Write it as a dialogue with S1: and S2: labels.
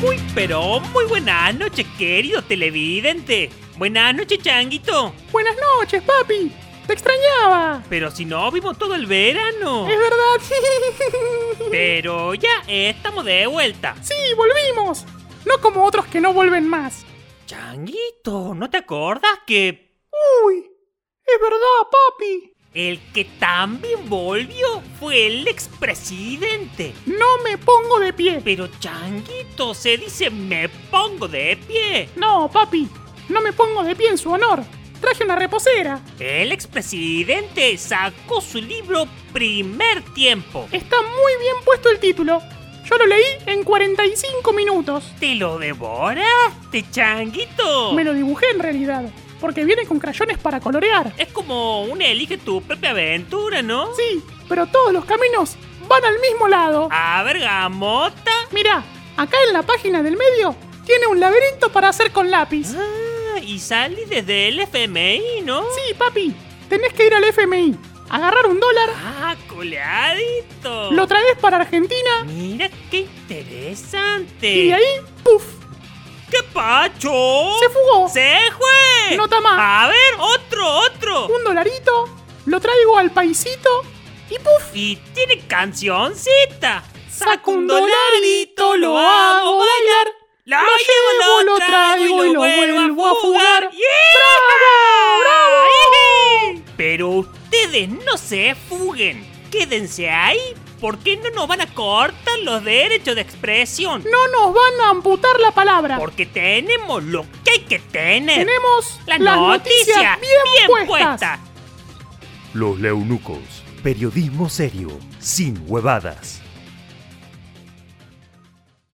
S1: Muy, pero muy buenas noches, querido televidente. Buenas noches, Changuito.
S2: Buenas noches, papi. Te extrañaba.
S1: Pero si no vimos todo el verano.
S2: Es verdad.
S1: Pero ya estamos de vuelta.
S2: Sí, volvimos. No como otros que no vuelven más.
S1: Changuito, ¿no te acuerdas que...
S2: Uy, es verdad, papi.
S1: El que también volvió fue el expresidente.
S2: No me pongo de pie.
S1: Pero Changuito se dice me pongo de pie.
S2: No, papi. No me pongo de pie en su honor. Traje una reposera.
S1: El expresidente sacó su libro Primer Tiempo.
S2: Está muy bien puesto el título. Yo lo leí en 45 minutos.
S1: ¿Te lo devoraste, changuito?
S2: Me lo dibujé en realidad, porque viene con crayones para colorear.
S1: Es como un elige tu propia aventura, ¿no?
S2: Sí, pero todos los caminos van al mismo lado.
S1: A ver, gamota.
S2: Mirá, acá en la página del medio tiene un laberinto para hacer con lápiz.
S1: Ah, y salí desde el FMI, ¿no?
S2: Sí, papi, tenés que ir al FMI, agarrar un dólar,
S1: Ah, coleadito.
S2: lo traes para Argentina
S1: Mira qué interesante.
S2: y de ahí, ¡puf!
S1: ¡Qué pacho!
S2: Se fugó.
S1: ¡Se fue!
S2: No está más.
S1: A ver, otro, otro.
S2: Un dolarito, lo traigo al paisito y ¡puf!
S1: Y tiene cancioncita.
S2: Saco un dolarito, lo hago bailar.
S1: Lo,
S2: Lo
S1: llevo,
S2: llevo, lo traigo y lo vuelvo a jugar.
S1: ¡Yeah! Pero ustedes no se fuguen. Quédense ahí porque no nos van a cortar los derechos de expresión.
S2: No nos van a amputar la palabra.
S1: Porque tenemos lo que hay que tener.
S2: Tenemos
S1: Las,
S2: las
S1: noticias, bien, puestas.
S3: Los Leunucos. Periodismo serio, sin huevadas.